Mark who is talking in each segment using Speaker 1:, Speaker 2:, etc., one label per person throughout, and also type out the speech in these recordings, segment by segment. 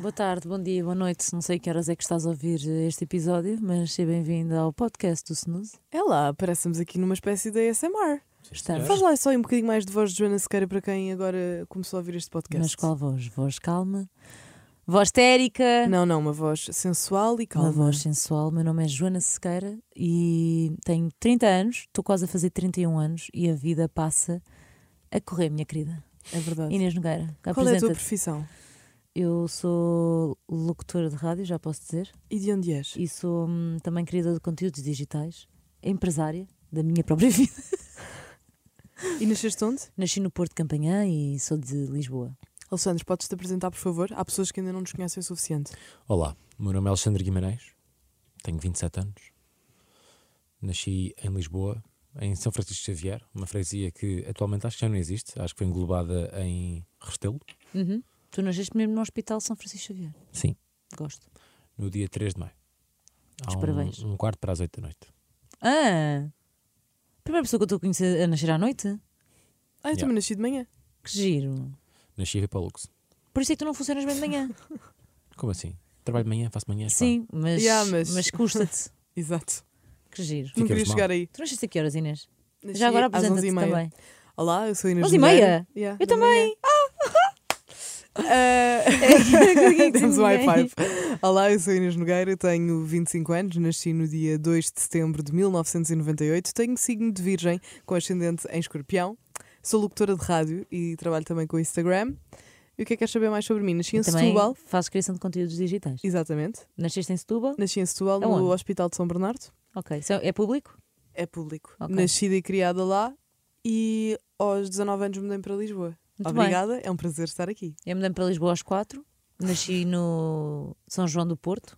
Speaker 1: Boa tarde, bom dia, boa noite. Não sei que horas é que estás a ouvir este episódio, mas seja bem-vindo ao podcast do Snooze.
Speaker 2: É lá, aparecemos aqui numa espécie de ASMR.
Speaker 1: Estamos.
Speaker 2: Faz lá só aí um bocadinho mais de voz de Joana Sequeira para quem agora começou a ouvir este podcast.
Speaker 1: Mas qual voz? Voz calma, voz térica,
Speaker 2: Não, não, uma voz sensual e calma.
Speaker 1: uma voz sensual. Meu nome é Joana Sequeira e tenho 30 anos, estou quase a fazer 31 anos e a vida passa a correr, minha querida.
Speaker 2: É verdade.
Speaker 1: Inês Nogueira,
Speaker 2: qual é a tua
Speaker 1: apresenta-te.
Speaker 2: profissão?
Speaker 1: Eu sou locutora de rádio, já posso dizer.
Speaker 2: E de onde és?
Speaker 1: e sou hum, também criadora de conteúdos digitais, empresária da minha própria vida.
Speaker 2: E nasceste onde?
Speaker 1: Nasci no Porto de Campanhã e sou de Lisboa.
Speaker 2: Alessandro, podes-te apresentar, por favor? Há pessoas que ainda não nos conhecem o suficiente.
Speaker 3: Olá, o meu nome é Alexandre Guimarães, tenho 27 anos, nasci em Lisboa, em São Francisco Xavier, uma freguesia que atualmente acho que já não existe, acho que foi englobada em Restelo.
Speaker 1: Tu nasceste mesmo no Hospital São Francisco Xavier.
Speaker 3: Sim.
Speaker 1: Gosto.
Speaker 3: No dia 3 de maio. Há
Speaker 1: Os parabéns.
Speaker 3: Um, um quarto para as 8 da noite.
Speaker 1: Ah! Primeira pessoa que eu estou a conhecer a nascer à noite?
Speaker 2: Ah, eu
Speaker 3: Yeah.
Speaker 2: também nasci de manhã.
Speaker 1: Que giro.
Speaker 3: Nasci e fui para o Lux.
Speaker 1: Por isso é que tu não funcionas bem de manhã.
Speaker 3: Como assim? Trabalho de manhã, faço manhã.
Speaker 1: Sim, mas,
Speaker 2: Yeah, mas-
Speaker 1: mas custa-te.
Speaker 2: Exato.
Speaker 1: Que giro.
Speaker 2: Não
Speaker 3: Ficamos
Speaker 2: queria
Speaker 3: mal.
Speaker 2: chegar aí.
Speaker 1: Tu nasceste a que horas, Inês?
Speaker 2: Nasci
Speaker 1: Já agora
Speaker 2: às 11
Speaker 1: apresenta-te
Speaker 2: e meia.
Speaker 1: também.
Speaker 2: Olá, eu sou a Inês
Speaker 1: 11 e
Speaker 2: Nogueira.
Speaker 1: meia?
Speaker 2: Yeah,
Speaker 1: Eu
Speaker 2: da manhã.
Speaker 1: também.
Speaker 2: Ah,
Speaker 1: que
Speaker 2: Temos um high
Speaker 1: ninguém.
Speaker 2: five. Olá, eu sou Inês Nogueira, tenho 25 anos, nasci no dia 2 de setembro de 1998, tenho signo de Virgem, com ascendente em escorpião, sou locutora de rádio e trabalho também com o Instagram. E o que é que queres saber mais sobre mim? Nasci em
Speaker 1: E também
Speaker 2: Setúbal,
Speaker 1: fazes criação de conteúdos digitais.
Speaker 2: exatamente,
Speaker 1: Nasceste em Setúbal?
Speaker 2: nasci em Setúbal
Speaker 1: Aonde?
Speaker 2: no Hospital de São Bernardo,
Speaker 1: Ok. Isso É é público?
Speaker 2: é público,
Speaker 1: Ok.
Speaker 2: nascida e criada lá e aos 19 anos mudei para Lisboa.
Speaker 1: Muito bem.
Speaker 2: Obrigada, é um prazer estar aqui.
Speaker 1: Eu mudei-me para Lisboa aos 4. Nasci no São João do Porto.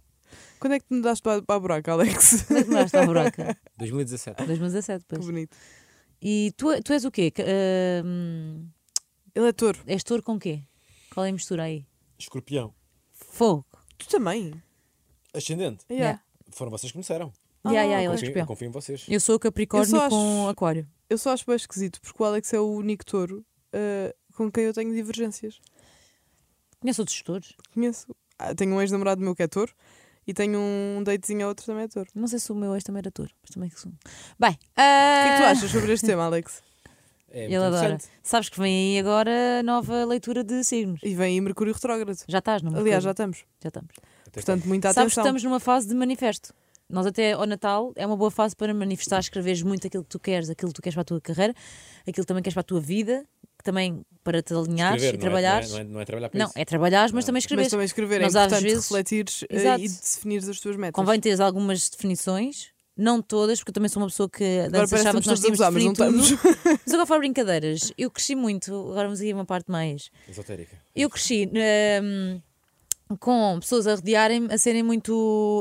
Speaker 2: Quando é que te mudaste para para a buraca, Alex?
Speaker 1: Como é que mudaste à buraca?
Speaker 3: 2017.
Speaker 1: 2017,
Speaker 2: que
Speaker 1: pois.
Speaker 2: bonito.
Speaker 1: E tu, tu és o quê? Que, ah, hum,
Speaker 2: Ele é touro.
Speaker 1: és touro com quê? Qual é a mistura aí?
Speaker 3: Escorpião.
Speaker 1: Fogo.
Speaker 2: Tu também?
Speaker 3: Ascendente.
Speaker 2: Yeah.
Speaker 1: Yeah.
Speaker 3: Foram vocês que começaram.
Speaker 1: Yeah,
Speaker 2: Ah,
Speaker 1: yeah, ele é
Speaker 2: ok.
Speaker 1: escorpião.
Speaker 3: confio em vocês.
Speaker 1: Eu sou Capricórnio
Speaker 2: Eu só acho-
Speaker 1: com Aquário.
Speaker 2: Eu só acho bem esquisito, porque o Alex é o único touro ah, com quem eu tenho divergências.
Speaker 1: Conheço outros touros?
Speaker 2: Conheço. Ah, tenho um ex-namorado meu que é touro e tenho um datezinho a outro que também é touro.
Speaker 1: Não sei se o meu ex também era touro, mas também que sou. Bem,
Speaker 2: O que é que tu
Speaker 1: ah,
Speaker 2: achas sobre este tema, Alex?
Speaker 3: É
Speaker 1: Ele adora. Sabes que vem aí agora a nova leitura de signos.
Speaker 2: E vem aí Mercúrio Retrógrado.
Speaker 1: Já estás, não?
Speaker 2: Aliás, já estamos.
Speaker 1: já estamos.
Speaker 2: Portanto, muita
Speaker 1: Sabes que
Speaker 2: atenção.
Speaker 1: estamos numa fase de manifesto. Nós até ao Natal é uma boa fase para manifestar, escreveres muito aquilo que tu queres, aquilo que tu queres para a tua carreira, aquilo que também queres para a tua vida, que também para te alinhares e trabalhares.
Speaker 3: Não é, trabalhar para
Speaker 1: Não, é trabalhares, mas
Speaker 3: Não.
Speaker 1: também
Speaker 2: Mas
Speaker 1: escreveres.
Speaker 2: também escrever é
Speaker 1: Nós às
Speaker 2: importante
Speaker 1: vezes-
Speaker 2: refletires ah,
Speaker 1: Exato.
Speaker 2: e definires as tuas metas.
Speaker 1: Convém teres algumas definições, não todas, porque eu também sou uma pessoa que
Speaker 2: Agora
Speaker 1: antes
Speaker 2: parece que
Speaker 1: achava
Speaker 2: estamos
Speaker 1: que nós
Speaker 2: todos a
Speaker 1: tínhamos
Speaker 2: usar, mas não
Speaker 1: definido tudo.
Speaker 2: estamos.
Speaker 1: Mas agora fora brincadeiras, eu cresci muito, agora vamos aí a uma parte mais.
Speaker 3: Esotérica.
Speaker 1: Eu cresci hum, com pessoas a rodearem-me, a serem muito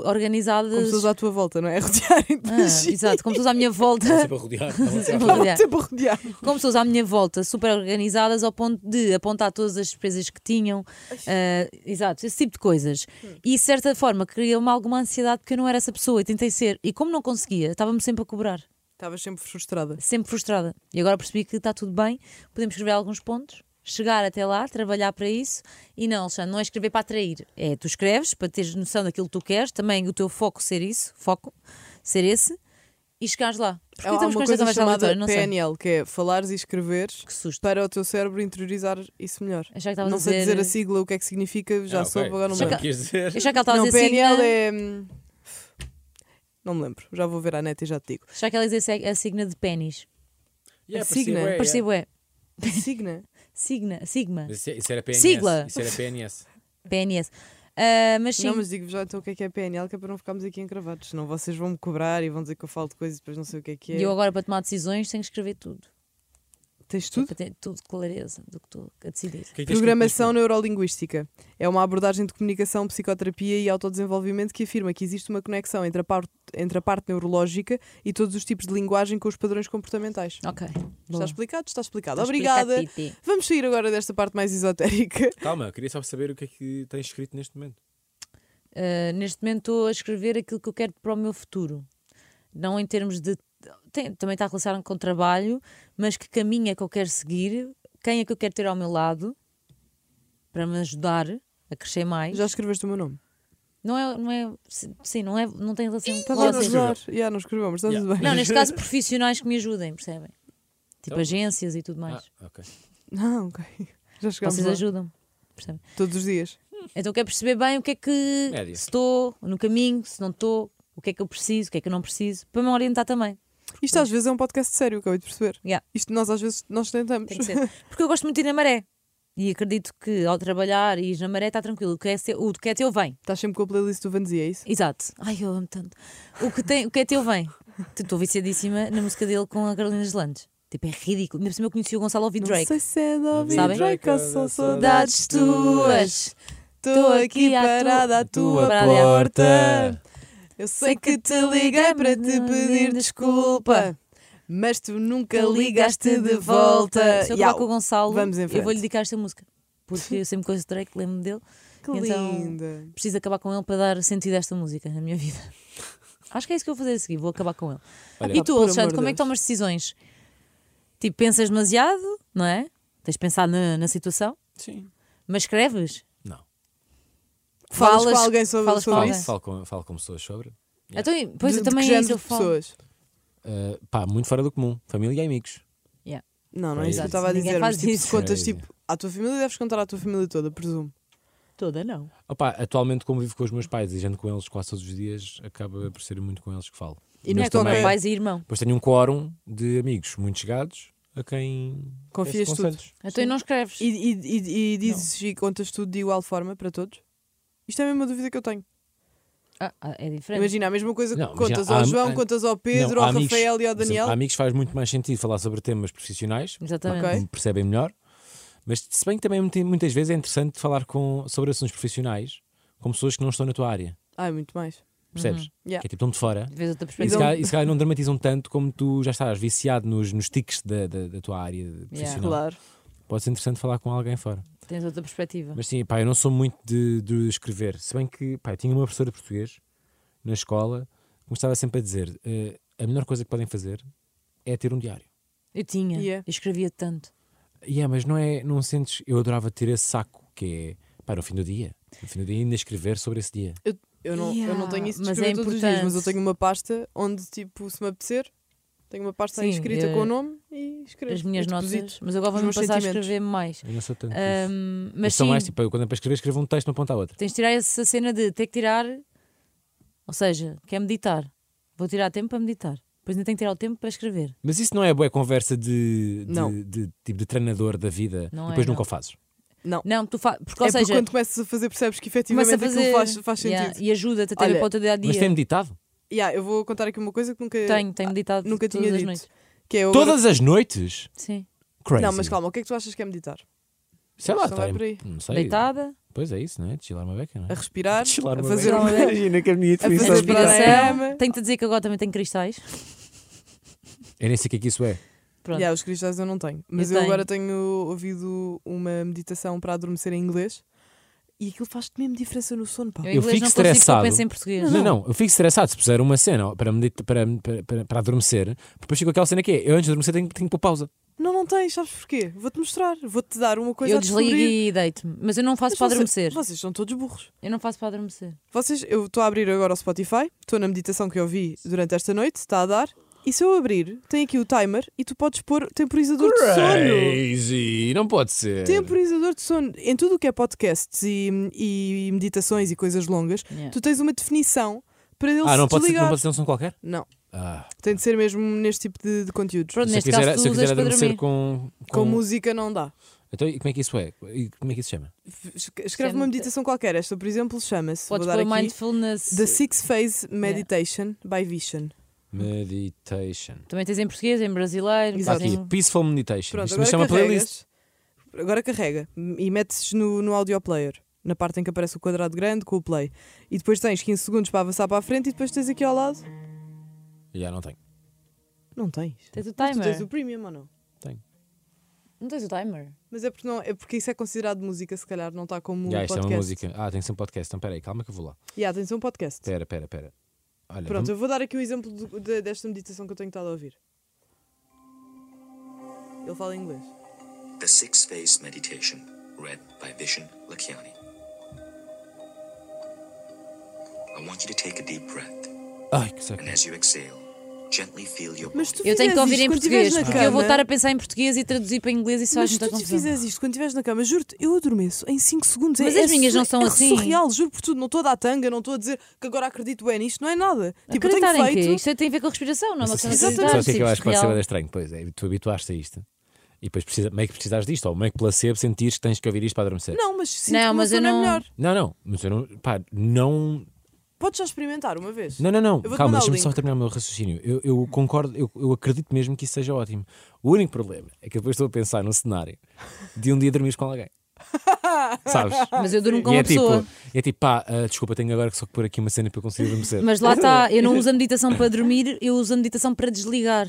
Speaker 1: organizadas.
Speaker 2: Com pessoas à tua volta, não é? Rodearem de
Speaker 1: Ah, exato, com pessoas à minha volta.
Speaker 3: Sempre a rodear.
Speaker 1: Sempre a rodear.
Speaker 2: Estava sempre a rodear.
Speaker 1: com pessoas à minha volta super organizadas ao ponto de apontar todas as despesas que tinham, ah, exato, esse tipo de coisas.
Speaker 2: Hum.
Speaker 1: E de certa forma criou-me alguma ansiedade porque eu não era essa pessoa e tentei ser. E como não conseguia, estava-me sempre a cobrar,
Speaker 2: Estavas sempre frustrada.
Speaker 1: sempre frustrada. E agora percebi que está tudo bem, podemos escrever alguns pontos. Chegar até lá, trabalhar para isso e não, Alexandre, não é escrever para atrair, é tu escreves para teres noção daquilo que tu queres, também o teu foco ser isso, foco ser esse e chegares lá. Porquê
Speaker 2: Há
Speaker 1: estamos com
Speaker 2: uma
Speaker 1: esta
Speaker 2: coisa
Speaker 1: conversa
Speaker 2: chamada
Speaker 1: aleatória? Não sei.
Speaker 2: PNL, que é falares e escreveres
Speaker 1: Que susto.
Speaker 2: para o teu cérebro interiorizar isso melhor.
Speaker 1: Achava que estavas
Speaker 2: não
Speaker 1: a
Speaker 2: sei
Speaker 1: dizer-
Speaker 2: dizer a sigla, o que é que significa,
Speaker 3: Ah,
Speaker 2: já soube, agora não me
Speaker 1: Só
Speaker 2: lembro.
Speaker 1: que-
Speaker 3: dizer.
Speaker 1: Eu já que ela estava a
Speaker 2: não,
Speaker 1: dizer
Speaker 2: PNL
Speaker 1: signa,
Speaker 2: é. hum, Não me lembro, já vou ver a net e já te digo.
Speaker 1: já que ela dizia sig- a signa de pênis.
Speaker 3: Yeah,
Speaker 2: signa.
Speaker 3: percebo, é,
Speaker 1: Percebo é.
Speaker 2: Signa?
Speaker 1: Signa, sigma,
Speaker 3: é. Isso, isso era PNS.
Speaker 1: Sigla.
Speaker 3: Isso era PNS.
Speaker 1: PNS. Ah, mas sim,
Speaker 2: Não, mas digo já então o que é que é PNL, que é para não ficarmos aqui encravados, senão vocês vão me cobrar e vão dizer que eu falo de coisas e depois não sei o que é que é.
Speaker 1: e eu agora para tomar decisões tenho que escrever tudo.
Speaker 2: Tens tudo?
Speaker 1: Para ter tudo clareza do que estou a decidir.
Speaker 3: O Hum? que é que tens escrito
Speaker 2: Programação neurolinguística é uma abordagem de comunicação, psicoterapia e autodesenvolvimento que afirma que existe uma conexão entre a parte, entre a parte neurológica e todos os tipos de linguagem com os padrões comportamentais.
Speaker 1: Ok.
Speaker 2: Está
Speaker 1: Ah, boa.
Speaker 2: explicado? Está explicado.
Speaker 1: Está
Speaker 2: Obrigada.
Speaker 1: explicado, Titi.
Speaker 2: Vamos sair agora desta parte mais esotérica.
Speaker 3: neste- Calma, eu queria só saber o que é que tens escrito neste momento.
Speaker 1: Uh, neste momento estou a escrever aquilo que eu quero para o meu futuro. Não em termos de. tem- também está relacionado com trabalho, mas que caminho é que eu quero seguir, quem é que eu quero ter ao meu lado para me ajudar a crescer mais.
Speaker 2: Já escreveste o meu nome?
Speaker 1: Não é. Não é si- sim, não, é, não tem relação com
Speaker 2: Estava a
Speaker 1: vocês.
Speaker 2: ajudar. Já, não escrevemos, está
Speaker 3: Yeah.
Speaker 2: tudo bem.
Speaker 1: Não, neste caso, profissionais que me ajudem, percebem? Tipo
Speaker 3: Então-
Speaker 1: agências e tudo mais.
Speaker 3: Ah, ok.
Speaker 2: Não, ok. Já chegámos
Speaker 1: vocês
Speaker 2: lá.
Speaker 1: ajudam. Percebem?
Speaker 2: todos os dias.
Speaker 1: Então quero perceber bem o que é que
Speaker 3: Média.
Speaker 1: se estou no caminho, se não estou, o que é que eu preciso, o que é que eu não preciso, para me orientar também.
Speaker 2: Isto às vezes é um podcast sério, acabei de perceber.
Speaker 1: Yeah.
Speaker 2: Isto nós às vezes nós tentamos.
Speaker 1: Tem que ser. Porque eu gosto muito de ir na maré. E acredito que ao trabalhar e ir na maré está tranquilo. O que é, seu- o que é teu vem.
Speaker 2: Estás sempre com a playlist do Vanzi, é isso?
Speaker 1: Exato. Ai, eu amo tanto. O que, tem, o que é teu vem. Tu- Estou viciadíssima na música dele com a Carolina Deslandes. Tipo, é ridículo. Mesmo assim, eu conheci o Gonçalo ouvir
Speaker 2: Não
Speaker 1: Drake.
Speaker 2: sei se é da
Speaker 3: Ouvi
Speaker 1: Sabem?
Speaker 2: Drake ou são saudades tuas.
Speaker 1: Tô
Speaker 2: Estou aqui
Speaker 1: aqui à
Speaker 2: parada à tua
Speaker 1: tua
Speaker 2: porta. Eu sei que te liguei para te pedir desculpa, mas tu nunca ligaste de volta.
Speaker 1: Se eu
Speaker 2: Iau.
Speaker 1: coloco o Gonçalo,
Speaker 2: Vamos em
Speaker 1: eu vou-lhe
Speaker 2: frente.
Speaker 1: dedicar esta música. Porque eu sempre conheço Drake, lembro dele.
Speaker 2: Que
Speaker 1: Então,
Speaker 2: linda.
Speaker 1: Preciso acabar com ele para dar sentido a esta música na minha vida. Acho que é isso que eu vou fazer a seguir. Vou acabar com ele.
Speaker 3: Olha,
Speaker 1: E
Speaker 2: Ah,
Speaker 1: tu,
Speaker 2: por
Speaker 1: Alexandre,
Speaker 2: amor
Speaker 1: como é que
Speaker 2: Deus.
Speaker 1: tomas decisões? Tipo, pensas demasiado, não é? Tens de pensar na, na situação,
Speaker 3: sim.
Speaker 1: mas escreves?
Speaker 3: Não.
Speaker 2: Falas
Speaker 1: falas-
Speaker 2: com alguém sobre,
Speaker 1: falas com
Speaker 2: sobre
Speaker 1: alguém.
Speaker 2: isso?
Speaker 3: Falo com, falo com pessoas sobre. Yeah.
Speaker 1: Então, e- pois
Speaker 2: De-
Speaker 1: eu
Speaker 2: de que
Speaker 1: também é
Speaker 2: género
Speaker 1: isso eu
Speaker 2: de
Speaker 1: falo.
Speaker 2: pessoas?
Speaker 3: Ah, pá, muito fora do comum. Família e amigos.
Speaker 2: Não, não é
Speaker 3: Pois.
Speaker 2: isso que eu
Speaker 3: Exato,
Speaker 2: estava a
Speaker 1: ninguém
Speaker 2: dizer.
Speaker 1: faz
Speaker 2: Mas tipo, se
Speaker 1: isso.
Speaker 2: contas
Speaker 3: Crazy.
Speaker 2: tipo, à tua família, deves contar à tua família toda, presumo.
Speaker 1: Toda não.
Speaker 3: Opa, atualmente, como vivo com os meus pais e jando com eles quase todos os dias, acaba por ser muito com eles que falo.
Speaker 2: E
Speaker 1: Não
Speaker 2: no
Speaker 1: é
Speaker 2: que
Speaker 1: como
Speaker 2: toca a-
Speaker 1: pais e irmão.
Speaker 3: Depois tenho um quórum de amigos muito chegados a quem
Speaker 2: Confias
Speaker 3: peço
Speaker 2: tudo.
Speaker 3: conselhos.
Speaker 1: Então e não escreves.
Speaker 2: E, e, e, e dizes e contas tudo de igual forma para todos? Isto é a mesma dúvida que eu tenho.
Speaker 1: Ah, ah, é diferente.
Speaker 2: Imagina, a mesma coisa que
Speaker 3: Não, imagina,
Speaker 2: contas
Speaker 3: há-
Speaker 2: ao João,
Speaker 3: há-
Speaker 2: contas ao Pedro,
Speaker 3: Não, há
Speaker 2: ao
Speaker 3: amigos-
Speaker 2: Rafael e ao
Speaker 3: por exemplo,
Speaker 2: Daniel.
Speaker 3: há amigos faz muito mais sentido falar sobre temas profissionais,
Speaker 1: Exatamente.
Speaker 2: Ok.
Speaker 3: me percebem melhor. Mas se bem que também muita- muitas vezes é interessante falar com, sobre assuntos profissionais com pessoas que não estão na tua área,
Speaker 2: Ah, é muito mais.
Speaker 3: percebes?
Speaker 2: Uhum, Yeah. Então
Speaker 3: Que é tipo, estão de fora.
Speaker 1: De vez outra
Speaker 3: E se
Speaker 1: perspectiva.
Speaker 3: calhar, e se calhar não dramatizam tanto como tu já estás viciado nos, nos tiques da, da, da tua área profissional.
Speaker 2: Claro.
Speaker 3: Pode ser interessante falar com alguém fora.
Speaker 1: Tens outra perspectiva.
Speaker 3: Mas sim, pá, eu não sou muito de, de escrever. Se bem que, pá, eu tinha uma professora de português na escola que me estava sempre a dizer: "Eh, a melhor coisa que podem fazer é ter um diário.
Speaker 1: Eu tinha.
Speaker 2: Yeah.
Speaker 1: Eu escrevia tanto.
Speaker 3: E é, mas não é, não sentes. Eu adorava ter esse saco que é, pá, no fim do dia. No fim do dia, ainda escrever sobre esse dia.
Speaker 2: Eu, eu, não, eu não tenho isso de
Speaker 1: Yeah, mas
Speaker 2: escrever
Speaker 1: é
Speaker 2: todos os dias, mas eu
Speaker 1: importante.
Speaker 2: tenho uma pasta onde, tipo, se me apetecer, tenho uma pasta aí
Speaker 1: Sim,
Speaker 2: escrita
Speaker 1: eu-
Speaker 2: com o nome e escrevo.
Speaker 1: As minhas
Speaker 2: e deposito.
Speaker 1: notas. Mas agora
Speaker 2: os
Speaker 1: vou-me
Speaker 2: meus
Speaker 1: passar a
Speaker 2: sentimentos. Hum.
Speaker 1: escrever mais.
Speaker 3: Eu não sou tanto. disso.
Speaker 1: Ahm, mas
Speaker 3: Eu sou
Speaker 1: sim,
Speaker 3: mais tipo, eu, quando é para escrever, escrevo um texto, uma ponta à outra.
Speaker 1: tens de tirar essa cena de ter que tirar. Ou seja, quer meditar. Vou tirar tempo para meditar. Depois ainda tenho que tirar o tempo para escrever.
Speaker 3: Mas isso não é boa conversa de, de-
Speaker 2: Não.
Speaker 3: de, tipo de treinador da vida
Speaker 1: Não
Speaker 3: e
Speaker 1: é,
Speaker 3: depois
Speaker 1: não.
Speaker 3: nunca o fazes.
Speaker 1: Não, tu fa... porque,
Speaker 2: É
Speaker 1: ou
Speaker 2: porque
Speaker 1: seja,
Speaker 2: quando começas a fazer percebes que
Speaker 1: começa
Speaker 2: efetivamente
Speaker 1: a fazer.
Speaker 2: aquilo faz, faz sentido.
Speaker 1: Yeah,
Speaker 2: Yeah.
Speaker 1: e ajuda-te a ter
Speaker 2: Olha,
Speaker 1: a ponta do dia a dia.
Speaker 3: Mas tem meditado.
Speaker 2: eu vou contar aqui uma coisa que nunca,
Speaker 1: Tenho, tenho meditado
Speaker 2: nunca
Speaker 1: todas
Speaker 2: tinha
Speaker 1: as
Speaker 2: dito.
Speaker 1: noites.
Speaker 2: que é eu agora-
Speaker 3: Todas as noites?
Speaker 1: Sim.
Speaker 3: Crazy.
Speaker 2: Não, mas calma, o que é que tu achas que é meditar?
Speaker 3: Sei lá,
Speaker 2: Só vai
Speaker 3: tá,
Speaker 2: por aí.
Speaker 3: não sei.
Speaker 1: Deitada,
Speaker 3: Pois é isso, não é? De chilar uma beca, não
Speaker 2: A
Speaker 3: é?
Speaker 2: respirar, a
Speaker 3: Chilar uma
Speaker 2: fazer
Speaker 3: beca.
Speaker 2: uma,
Speaker 3: Imagina que a minha assim.
Speaker 2: a
Speaker 1: a
Speaker 2: fazer
Speaker 3: definição de-
Speaker 1: respiração.
Speaker 2: pranayama.
Speaker 1: Tenho-te a dizer que agora também tenho cristais.
Speaker 3: Eu nem sei o que é que isso é.
Speaker 1: Pronto.
Speaker 2: Yeah, os cristais eu não tenho. Mas eu,
Speaker 1: tenho.
Speaker 2: agora tenho ouvido uma meditação para adormecer em inglês e aquilo faz-te mesmo diferença no sono, pá.
Speaker 1: Eu,
Speaker 3: Eu
Speaker 1: em inglês não consigo,
Speaker 3: fico
Speaker 1: porque eu
Speaker 3: estressado.
Speaker 1: penso em português.
Speaker 3: Não, não, eu fico estressado se puser uma cena para, medita- para, para, para, para adormecer, depois fico aquela cena que é, eu antes de adormecer tenho, tenho que pôr pausa.
Speaker 2: Não, não tens, sabes porquê? Vou-te mostrar, vou-te dar uma coisa
Speaker 1: eu
Speaker 2: a
Speaker 1: desligo
Speaker 2: descobrir.
Speaker 1: e deito-me. Mas eu não faço
Speaker 2: Mas
Speaker 1: para
Speaker 2: vocês-
Speaker 1: adormecer.
Speaker 2: Vocês são todos burros.
Speaker 1: Eu não faço para adormecer.
Speaker 2: Vocês, eu estou a abrir agora o Spotify, estou na meditação que eu vi durante esta noite, está a dar. E se eu abrir, tem aqui o timer e tu podes pôr temporizador de sono.
Speaker 3: Crazy, não pode
Speaker 1: É.
Speaker 3: ser.
Speaker 2: Temporizador de sono. Em tudo o que é podcasts e, e meditações e coisas longas,
Speaker 1: Yeah.
Speaker 2: tu tens uma definição para ele
Speaker 3: Ah, não
Speaker 2: se
Speaker 3: pode, ser, não
Speaker 2: desligar.
Speaker 3: pode ser um som qualquer?
Speaker 2: Não,
Speaker 3: Ah,
Speaker 2: tem de ser mesmo neste tipo de, de conteúdos.
Speaker 1: Pronto,
Speaker 3: se eu
Speaker 1: neste
Speaker 3: quiser,
Speaker 1: caso
Speaker 3: se
Speaker 1: tu
Speaker 3: eu quiser
Speaker 1: usas para
Speaker 3: adormecer
Speaker 1: dormir.
Speaker 3: com,
Speaker 2: Com música não dá.
Speaker 3: Então, e como é que isso é? E como é que isso se chama?
Speaker 2: Escreve uma
Speaker 1: muito-
Speaker 2: meditação qualquer. Esta, por exemplo, chama-se. Vou
Speaker 1: Podes
Speaker 2: dar
Speaker 1: pôr
Speaker 2: aqui.
Speaker 1: mindfulness.
Speaker 2: The Six Phase Meditation by Vision.
Speaker 3: Meditation.
Speaker 1: Também tens em português, em brasileiro,
Speaker 3: Está
Speaker 2: Exato.
Speaker 1: tens
Speaker 3: aqui,
Speaker 1: em-
Speaker 3: Peaceful Meditation.
Speaker 2: Pronto,
Speaker 3: Isto não
Speaker 2: agora
Speaker 3: chama
Speaker 2: carregas.
Speaker 3: playlist.
Speaker 2: Agora carrega e metes no, no audio player, na parte em que aparece o quadrado grande com o play. E depois tens 15 segundos para avançar para a frente e depois tens aqui ao lado.
Speaker 3: Já não tenho.
Speaker 2: Não tens.
Speaker 1: Tens o
Speaker 2: Mas tu tens
Speaker 1: timer.
Speaker 2: o premium ou não?
Speaker 3: Tenho.
Speaker 1: Não tens o timer.
Speaker 2: Mas é porque, não, é porque isso é considerado música, se calhar não está como
Speaker 3: Já, isto é
Speaker 2: Um podcast.
Speaker 3: uma música. Ah, tem que ser um podcast. Então, peraí, calma que eu vou lá.
Speaker 2: Yeah, tem de ser um podcast.
Speaker 3: Pera, pera, pera. Olha,
Speaker 2: Pronto,
Speaker 3: vamos-
Speaker 2: eu vou dar aqui o exemplo do- de- desta meditação que eu tenho estado a ouvir. Ele fala inglês.
Speaker 4: The Six Phase Meditation, read by Vishen Lakiani. I want you to take a deep breath,
Speaker 3: Ai, que saco.
Speaker 4: and as you exhale, gently feel your
Speaker 2: Mas
Speaker 4: body.
Speaker 2: tu
Speaker 1: Eu tenho que
Speaker 2: fizeres
Speaker 1: ouvir
Speaker 2: isto
Speaker 1: em
Speaker 2: quando
Speaker 1: português,
Speaker 2: estiveres na
Speaker 1: porque eu vou
Speaker 2: cama.
Speaker 1: estar a pensar em português e traduzir para inglês e só a
Speaker 2: Mas
Speaker 1: gente
Speaker 2: tu te
Speaker 1: confusão.
Speaker 2: fizeres isto quando estiveres na cama, juro-te, eu adormeço em 5 segundos. É-
Speaker 1: Mas
Speaker 2: é
Speaker 1: as minhas
Speaker 2: sur-
Speaker 1: não são
Speaker 2: é
Speaker 1: assim.
Speaker 2: surreal, juro por tudo. Não estou a dar tanga, não estou a dizer que agora acredito bem nisto, não é nada. Tipo, eu tenho
Speaker 1: Acreditar em quê?
Speaker 2: feito.
Speaker 1: Isto tem a ver com a respiração, não é uma questão de
Speaker 2: Exatamente.
Speaker 1: acreditar,
Speaker 3: Sabe o que é que eu acho que pode ser
Speaker 1: real.
Speaker 3: bem estranho? Pois é, tu habituaste a isto. E depois precisa, meio que precisares disto, ou meio que placebo sentires que tens que ouvir isto para adormecer.
Speaker 2: Não, mas sinto
Speaker 1: Não,
Speaker 2: que
Speaker 1: mas
Speaker 2: mas
Speaker 1: eu
Speaker 2: não... é
Speaker 1: não-
Speaker 2: melhor.
Speaker 3: Não, não, mas eu não. Pá, não.
Speaker 2: Podes já experimentar uma vez.
Speaker 3: Não, não, não.
Speaker 2: vou-te
Speaker 3: Calma,
Speaker 2: mandar o
Speaker 3: deixa-me só
Speaker 2: link.
Speaker 3: terminar o meu raciocínio. Eu, eu concordo, eu, eu acredito mesmo que isso seja ótimo. O único problema é que depois estou a pensar num cenário de um dia dormires com alguém. Sabes?
Speaker 1: Mas eu durmo com
Speaker 3: e
Speaker 1: uma
Speaker 3: é
Speaker 1: pessoa.
Speaker 3: tipo, é tipo, pá, ah, desculpa, tenho agora que só que pôr aqui uma cena para eu conseguir adormecer.
Speaker 1: Mas lá está, eu não uso a meditação para dormir, eu uso a meditação para desligar.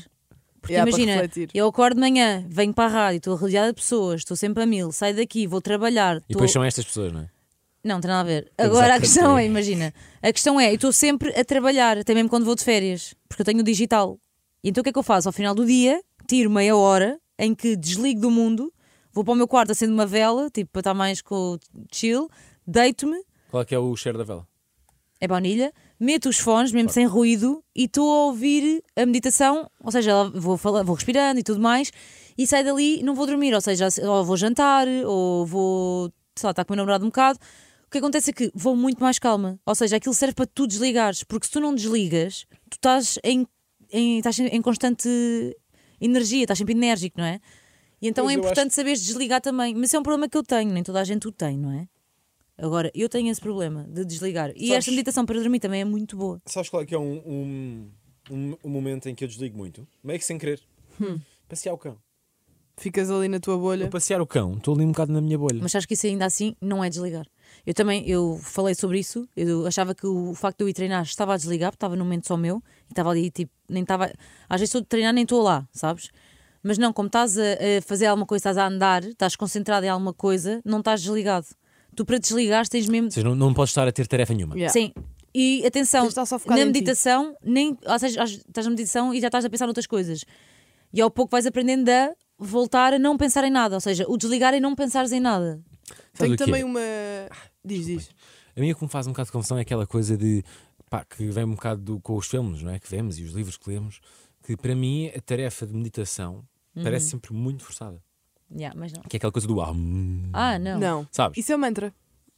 Speaker 1: Porque
Speaker 2: Yeah, para
Speaker 1: imagina,
Speaker 2: refletir.
Speaker 1: eu acordo de manhã, venho para a rádio, estou rodeada de pessoas, estou sempre a mil, saio daqui, vou trabalhar.
Speaker 3: E
Speaker 1: estou-
Speaker 3: depois são estas pessoas, não é?
Speaker 1: Não, tem nada a ver.
Speaker 3: Temos
Speaker 1: Agora
Speaker 3: a
Speaker 1: a questão
Speaker 3: cantar.
Speaker 1: é, imagina, a questão é, eu estou sempre a trabalhar, até mesmo quando vou de férias, porque eu tenho o digital. E então o que é que eu faço? Ao final do dia, tiro meia hora em que desligo do mundo, vou para o meu quarto, acendo uma vela, tipo, para estar mais com o chill, deito-me,
Speaker 3: Qual é que é o cheiro da vela?
Speaker 1: é baunilha, meto os fones, mesmo sem ruído, e estou a ouvir a meditação, ou seja, ela- vou, fala- vou respirando e tudo mais, e saio dali e não vou dormir, ou seja, ou vou jantar, ou vou, sei lá, estar com o meu namorado um bocado. O que acontece é que vou muito mais calma, ou seja, aquilo serve para tu desligares, porque se tu não desligas, tu estás em, em, estás em constante energia, estás sempre enérgico, não é? E então
Speaker 3: Pois,
Speaker 1: é
Speaker 3: eu acho-
Speaker 1: importante saberes desligar também, mas isso é um problema que eu tenho, nem toda a gente o tem, não é? Agora, eu tenho esse problema de desligar. E
Speaker 3: Sabes-
Speaker 1: esta meditação para dormir também é muito boa.
Speaker 3: Sabes qual é que é um, um, um, um momento em que eu desligo muito? Meio que sem querer.
Speaker 1: Hum.
Speaker 3: Passear o cão.
Speaker 2: Ficas ali na tua bolha.
Speaker 3: Eu passear o cão, estou ali um bocado na minha bolha.
Speaker 1: Mas acho que isso ainda assim não é desligar. Eu também, eu falei sobre isso, eu achava que o facto de eu ir treinar estava a desligar, porque estava num momento só meu, e estava ali, tipo, nem estava... Às vezes estou de treinar, nem estou lá, sabes? Mas não, como estás a, a fazer alguma coisa, estás a andar, estás concentrado em alguma coisa, não estás desligado. Tu para desligar tens mesmo...
Speaker 3: Ou seja, não, não podes estar a ter tarefa nenhuma.
Speaker 2: Yeah.
Speaker 1: Sim. E atenção,
Speaker 2: Tens de estar só focado
Speaker 1: na
Speaker 2: em ti.
Speaker 1: meditação, nem, ou seja, às- estás na meditação e já estás a pensar noutras coisas. E ao pouco vais aprendendo a voltar a não pensar em nada, ou seja, o desligar e não pensares em nada.
Speaker 2: Tenho
Speaker 3: Sabe o que
Speaker 2: também
Speaker 3: é?
Speaker 2: uma. Diz, diz.
Speaker 3: A minha que me faz um bocado de confusão é aquela coisa de pá, que vem um bocado do- com os filmes, não é? Que vemos e os livros que lemos, que para mim a tarefa de meditação
Speaker 1: Uhum.
Speaker 3: parece sempre muito forçada.
Speaker 1: Yeah, mas não.
Speaker 3: Que é aquela coisa do ah, hum,
Speaker 1: Ah, não.
Speaker 2: Não.
Speaker 3: sabes?
Speaker 2: Isso é mantra.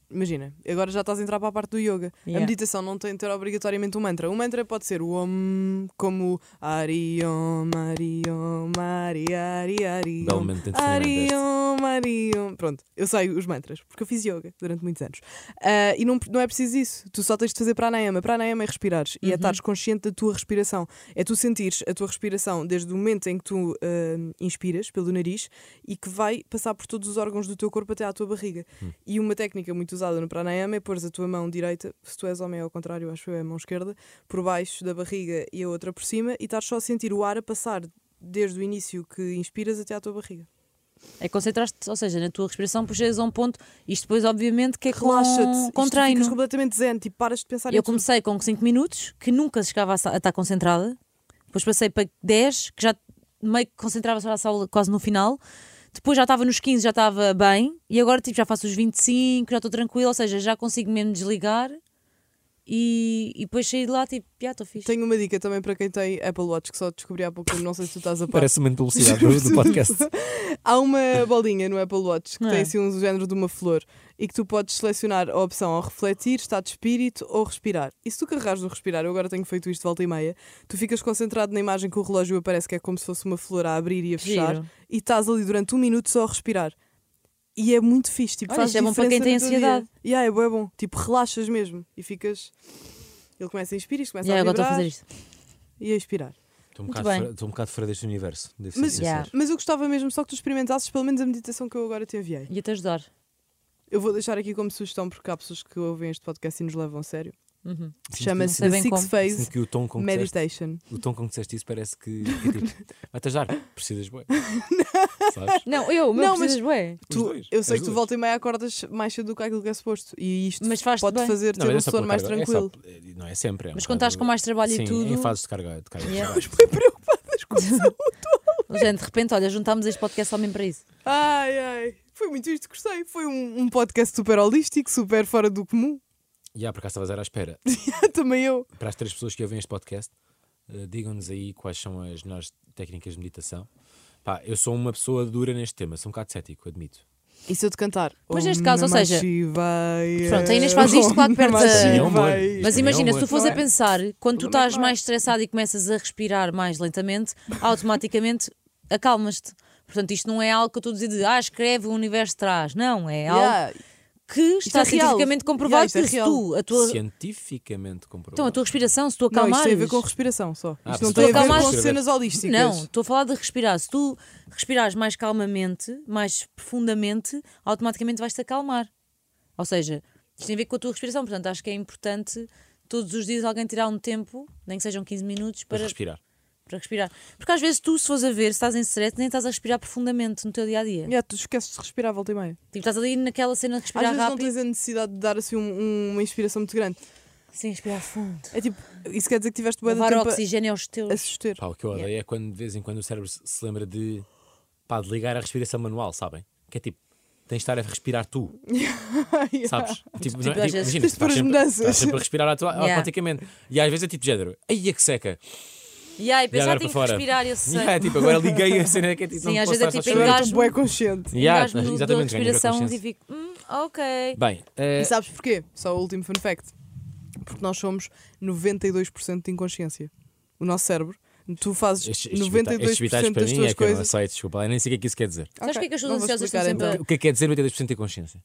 Speaker 2: Imagina, agora já estás a entrar para a parte do yoga.
Speaker 1: Yeah.
Speaker 2: A meditação não tem de ter obrigatoriamente um mantra. Um mantra pode ser o Om, como Ari Om, Ari Om, Ari Ari Ari Om.
Speaker 3: Belo um momento de
Speaker 2: Ari
Speaker 3: deste.
Speaker 2: Om, Ari Om. Pronto, eu sei os mantras, porque eu fiz yoga durante muitos anos. Ah, e não, não é preciso isso. Tu só tens de fazer pranayama. Pranayama é respirares e é estares consciente da tua respiração. É tu sentires a tua respiração desde o momento em que tu ah, inspiras pelo nariz e que vai passar por todos os órgãos do teu corpo até à tua barriga. E uma técnica muito usada no pranayama é pôres a tua mão direita, se tu és homem é ao contrário, acho eu é a mão esquerda, por baixo da barriga e a outra por cima e estás só a sentir o ar a passar desde o início que inspiras até à tua barriga.
Speaker 1: É concentrar-te, ou seja, na tua respiração, puxas a um ponto. Isto depois, obviamente, que é
Speaker 2: Relaxa-te,
Speaker 1: com, com
Speaker 2: isto
Speaker 1: treino.
Speaker 2: ficas completamente zen, tipo, paras de pensar em
Speaker 1: Eu
Speaker 2: tudo.
Speaker 1: comecei com 5 minutos, que nunca chegava a sa- a estar concentrada. Depois passei para 10, que já meio que concentrava só a sala quase no final. Depois já estava nos 15, já estava bem. E agora tipo, já faço os 25, já estou tranquila, ou seja, já consigo mesmo desligar. E, e depois saí de lá, tipo, já estou fixe.
Speaker 2: Tenho uma dica também para quem tem Apple Watch que só descobri há pouco tempo, não sei se tu estás a par.
Speaker 3: Parece um momento de publicidade do, do podcast.
Speaker 2: Há uma bolinha no Apple Watch que
Speaker 1: Ah.
Speaker 2: tem assim um género de uma flor e que tu podes selecionar a opção ou refletir, estado de espírito ou respirar. E se tu carregares no respirar, eu agora tenho feito isto de volta e meia, tu ficas concentrado na imagem que o relógio aparece, que é como se fosse uma flor a abrir e a fechar,
Speaker 1: Giro.
Speaker 2: e estás ali durante um minuto só a respirar. E é muito fixe, tipo,
Speaker 1: Olha,
Speaker 2: faz
Speaker 1: isto é bom para quem
Speaker 2: diferença
Speaker 1: tem
Speaker 2: no teu
Speaker 1: ansiedade.
Speaker 2: dia. Yeah, é bom, é bom. Tipo, relaxas mesmo e ficas. Ele começa a inspirar, isto começa
Speaker 1: E
Speaker 2: a
Speaker 1: agora estou a
Speaker 2: vibrar.
Speaker 1: fazer isto.
Speaker 2: e a expirar.
Speaker 3: Estou um,
Speaker 1: Muito
Speaker 3: bocado
Speaker 1: bem.
Speaker 3: fora- estou um bocado fora deste universo, devo
Speaker 2: Mas,
Speaker 3: ser sincero.
Speaker 2: mas eu gostava mesmo só que tu experimentasses pelo menos a meditação que eu agora te enviei.
Speaker 1: Ia-te ajudar.
Speaker 2: Eu vou deixar aqui como sugestão, porque há pessoas que ouvem este podcast e nos levam a sério.
Speaker 1: Uhum.
Speaker 2: Chama-se
Speaker 1: Não sei
Speaker 2: The
Speaker 1: bem
Speaker 2: Six
Speaker 1: como.
Speaker 3: Sinto
Speaker 2: Phase
Speaker 3: Assim que o tom com que disseste,
Speaker 2: Meditation.
Speaker 3: o tom com que disseste isso parece que, que é tipo, vai-te ajar, precisas bem. Sabes?
Speaker 1: Não, eu, o meu é
Speaker 2: Não,
Speaker 1: não, precisas, ué.
Speaker 3: Os
Speaker 2: Tu-
Speaker 3: dois,
Speaker 2: eu sei
Speaker 3: as
Speaker 2: que tu
Speaker 3: duas.
Speaker 2: volta e meia acordas mais cedo do que aquilo que é suposto. E isto
Speaker 1: Mas faz-te
Speaker 2: pode
Speaker 1: bem.
Speaker 2: fazer
Speaker 3: Não,
Speaker 2: ter
Speaker 3: mas
Speaker 2: um
Speaker 3: é só
Speaker 2: sono
Speaker 3: pela
Speaker 2: mais
Speaker 3: carga- é
Speaker 2: tranquilo.
Speaker 3: só- é- não é sempre. É um
Speaker 1: Mas
Speaker 3: bocado-
Speaker 1: quando estás com mais trabalho
Speaker 3: Sim,
Speaker 1: e tudo.
Speaker 3: Em fases de carga de carga de
Speaker 1: Yeah.
Speaker 3: trabalho.
Speaker 2: Preocupadas com saúde.
Speaker 1: Gente, de repente, olha, juntámos este podcast só mesmo para isso.
Speaker 2: Ai, ai. Foi muito isto que gostei. Foi um, um podcast super holístico, super fora do comum.
Speaker 3: Já, por acaso estavas era à espera.
Speaker 2: Também eu.
Speaker 3: Para as três pessoas que ouvem este podcast, eh, digam-nos aí quais são as melhores técnicas de meditação. Pá, eu sou uma pessoa dura neste tema, sou um bocado cético, admito.
Speaker 2: E se eu te cantar?
Speaker 1: Pois
Speaker 2: Om
Speaker 1: neste caso, ou
Speaker 2: Namah
Speaker 1: seja,
Speaker 2: Shivaya,
Speaker 1: pronto, a Inês faz isto
Speaker 2: Om
Speaker 1: quase perto
Speaker 2: Namah
Speaker 1: da- Sim,
Speaker 3: é um humor.
Speaker 2: Shivaya.
Speaker 1: Mas
Speaker 3: Isto também é
Speaker 1: imagina,
Speaker 3: um
Speaker 1: se tu
Speaker 3: outro,
Speaker 1: fores
Speaker 3: não
Speaker 1: a
Speaker 3: é?
Speaker 1: pensar, quando tu estás mais estressado e começas a respirar mais lentamente, automaticamente acalmas-te. Portanto, isto não é algo que eu estou a dizer de ah, escreve, o universo traz. Não, é algo
Speaker 2: Yeah.
Speaker 1: que está
Speaker 2: é real.
Speaker 1: cientificamente comprovado
Speaker 2: Yeah, isto é
Speaker 1: que se
Speaker 2: real.
Speaker 1: tu, a tua,
Speaker 3: Cientificamente comprovado.
Speaker 1: então, a tua respiração, se tu
Speaker 2: Não,
Speaker 1: acalmares.
Speaker 2: isto tem a ver com respiração só.
Speaker 3: Ah,
Speaker 2: isto não
Speaker 3: se tu
Speaker 2: tem a ver com
Speaker 1: acalmares-
Speaker 2: cenas holísticas.
Speaker 1: Não, estou a falar de respirar. Se tu respirares mais calmamente, mais profundamente, automaticamente vais-te acalmar. Ou seja, isto tem a ver com a tua respiração. Portanto, acho que é importante todos os dias alguém tirar um tempo, nem que sejam 15 minutos,
Speaker 3: Para
Speaker 1: para,
Speaker 3: respirar.
Speaker 1: para respirar. Porque às vezes tu, se fores a ver, se estás em stress, nem estás a respirar profundamente no teu dia a dia.
Speaker 2: Yeah, tu esqueces de respirar à volta e meia.
Speaker 1: Tipo, estás ali naquela cena de
Speaker 2: Às
Speaker 1: respirar
Speaker 2: vezes não
Speaker 1: rápido.
Speaker 2: tens a necessidade de dar assim um- um- uma inspiração muito grande.
Speaker 1: Sim, respirar fundo.
Speaker 2: É tipo, isso quer dizer que tiveste boa
Speaker 1: Levar
Speaker 2: tempo
Speaker 1: oxigênio aos
Speaker 2: a, a
Speaker 1: teus.
Speaker 2: suster.
Speaker 3: Pá, o que eu odeio é quando de vez em quando o cérebro se se lembra de, pá, de ligar a respiração manual, sabem? Que é tipo, tens de estar a respirar tu, sabes? Tipo, não é-
Speaker 1: às vezes-
Speaker 3: imagina,
Speaker 2: Tens de
Speaker 3: tu
Speaker 2: pôr
Speaker 3: estás
Speaker 2: as
Speaker 3: sempre-
Speaker 2: mudanças.
Speaker 3: estás sempre a respirar atua-
Speaker 1: Yeah.
Speaker 3: automaticamente. E às vezes é tipo género, aí é que seca.
Speaker 1: E aí,
Speaker 3: E
Speaker 1: pensar
Speaker 3: agora
Speaker 1: tem
Speaker 3: para
Speaker 1: que
Speaker 3: fora.
Speaker 1: respirar, eu sei.
Speaker 3: Yeah, tipo, agora liguei a cena que é tipo,
Speaker 1: Sim,
Speaker 3: não
Speaker 1: às
Speaker 3: posso
Speaker 1: vezes é
Speaker 3: estar só
Speaker 1: tipo,
Speaker 3: a
Speaker 1: Eu
Speaker 2: Eu
Speaker 3: chorar.
Speaker 1: engasgo-
Speaker 2: estou bem consciente.
Speaker 3: Yeah,
Speaker 1: Engasgo no- da
Speaker 3: exatamente, ganho nível
Speaker 1: respiração
Speaker 3: consciente.
Speaker 1: e fico, hum, ok.
Speaker 3: Bem, eh,
Speaker 2: E sabes porquê? Só o último fun fact. Porque nós somos 92% de inconsciência. O nosso cérebro. Tu fazes
Speaker 3: estes, estes vita-
Speaker 2: 92%
Speaker 3: estes vitais para
Speaker 2: das
Speaker 3: mim
Speaker 2: tuas
Speaker 3: é que eu não
Speaker 2: coisas.
Speaker 3: aceito, desculpa, eu nem sei o que é que isso quer dizer.
Speaker 1: Sabes o que é que as
Speaker 2: não vou
Speaker 1: pessoas ansiosas
Speaker 2: explicar, então.
Speaker 1: estão sempre
Speaker 3: O que é que quer dizer 92% de consciência?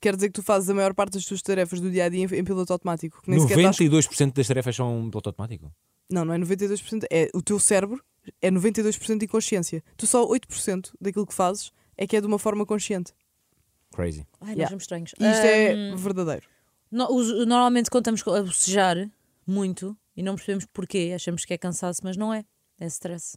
Speaker 2: Quer dizer que tu fazes a maior parte das tuas tarefas do dia a dia em, em piloto automático. que nem sequer estás-
Speaker 3: 92% das tarefas são piloto automático.
Speaker 2: Não, não é 92%. É o teu cérebro é 92% de inconsciência. Tu só 8% daquilo que fazes é que é de uma forma consciente.
Speaker 3: Crazy.
Speaker 1: Ai, nós
Speaker 2: Yeah.
Speaker 1: somos estranhos.
Speaker 2: E isto
Speaker 1: Ahm,
Speaker 2: é verdadeiro.
Speaker 1: no- os- normalmente quando estamos co- a bocejar muito e não percebemos porquê, achamos que é cansaço, mas não é. É stress.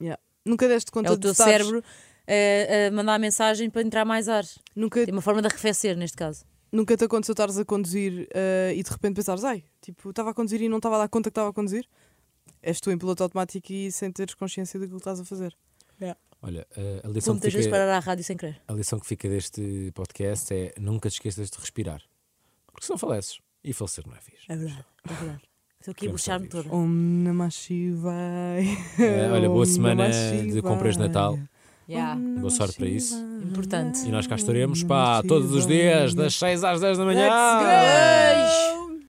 Speaker 2: Yeah. Nunca deste conta
Speaker 1: é o
Speaker 2: de
Speaker 1: teu
Speaker 2: estares-
Speaker 1: cérebro eh, a mandar a mensagem para entrar mais ar.
Speaker 2: Nunca,
Speaker 1: Tem uma forma de arrefecer, neste caso.
Speaker 2: nunca te aconteceu estares a conduzir eh, e de repente pensares, ai, tipo, estava a conduzir e não estava a dar conta que estava a conduzir. És tu em piloto automático e sem teres consciência daquilo que estás a fazer.
Speaker 3: Olha, eh, a lição,
Speaker 1: Como
Speaker 3: que
Speaker 1: muitas vezes
Speaker 3: fica,
Speaker 1: parar à rádio sem querer.
Speaker 3: a lição que fica deste podcast é nunca te esqueças de respirar. Porque se não faleces, e falecer não é fixe.
Speaker 1: É verdade, é verdade. Estou aqui a
Speaker 3: Queremos
Speaker 1: bocejar-me
Speaker 3: ouvir.
Speaker 1: toda.
Speaker 2: Om Namah Shivaya.
Speaker 3: Eh, olha, boa
Speaker 2: Om
Speaker 3: semana
Speaker 2: Namah
Speaker 3: de compras de
Speaker 2: Shivaya.
Speaker 3: Natal.
Speaker 1: Yeah,
Speaker 2: Om
Speaker 3: Boa sorte para
Speaker 2: Namah
Speaker 3: isso.
Speaker 2: Shivaya.
Speaker 1: Importante.
Speaker 3: E nós cá estaremos,
Speaker 2: é
Speaker 3: pá, todos os dias, das 6 às 10 da manhã.
Speaker 1: Beijo!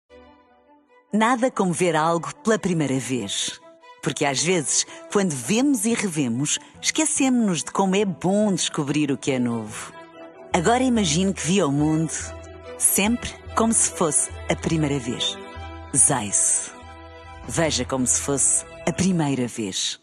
Speaker 5: Nada como ver algo pela primeira vez. Porque às vezes, quando vemos e revemos, esquecemos-nos de como é bom descobrir o que é novo. Agora imagine que viu o mundo sempre como se fosse a primeira vez. Zais. Veja como se fosse a primeira vez.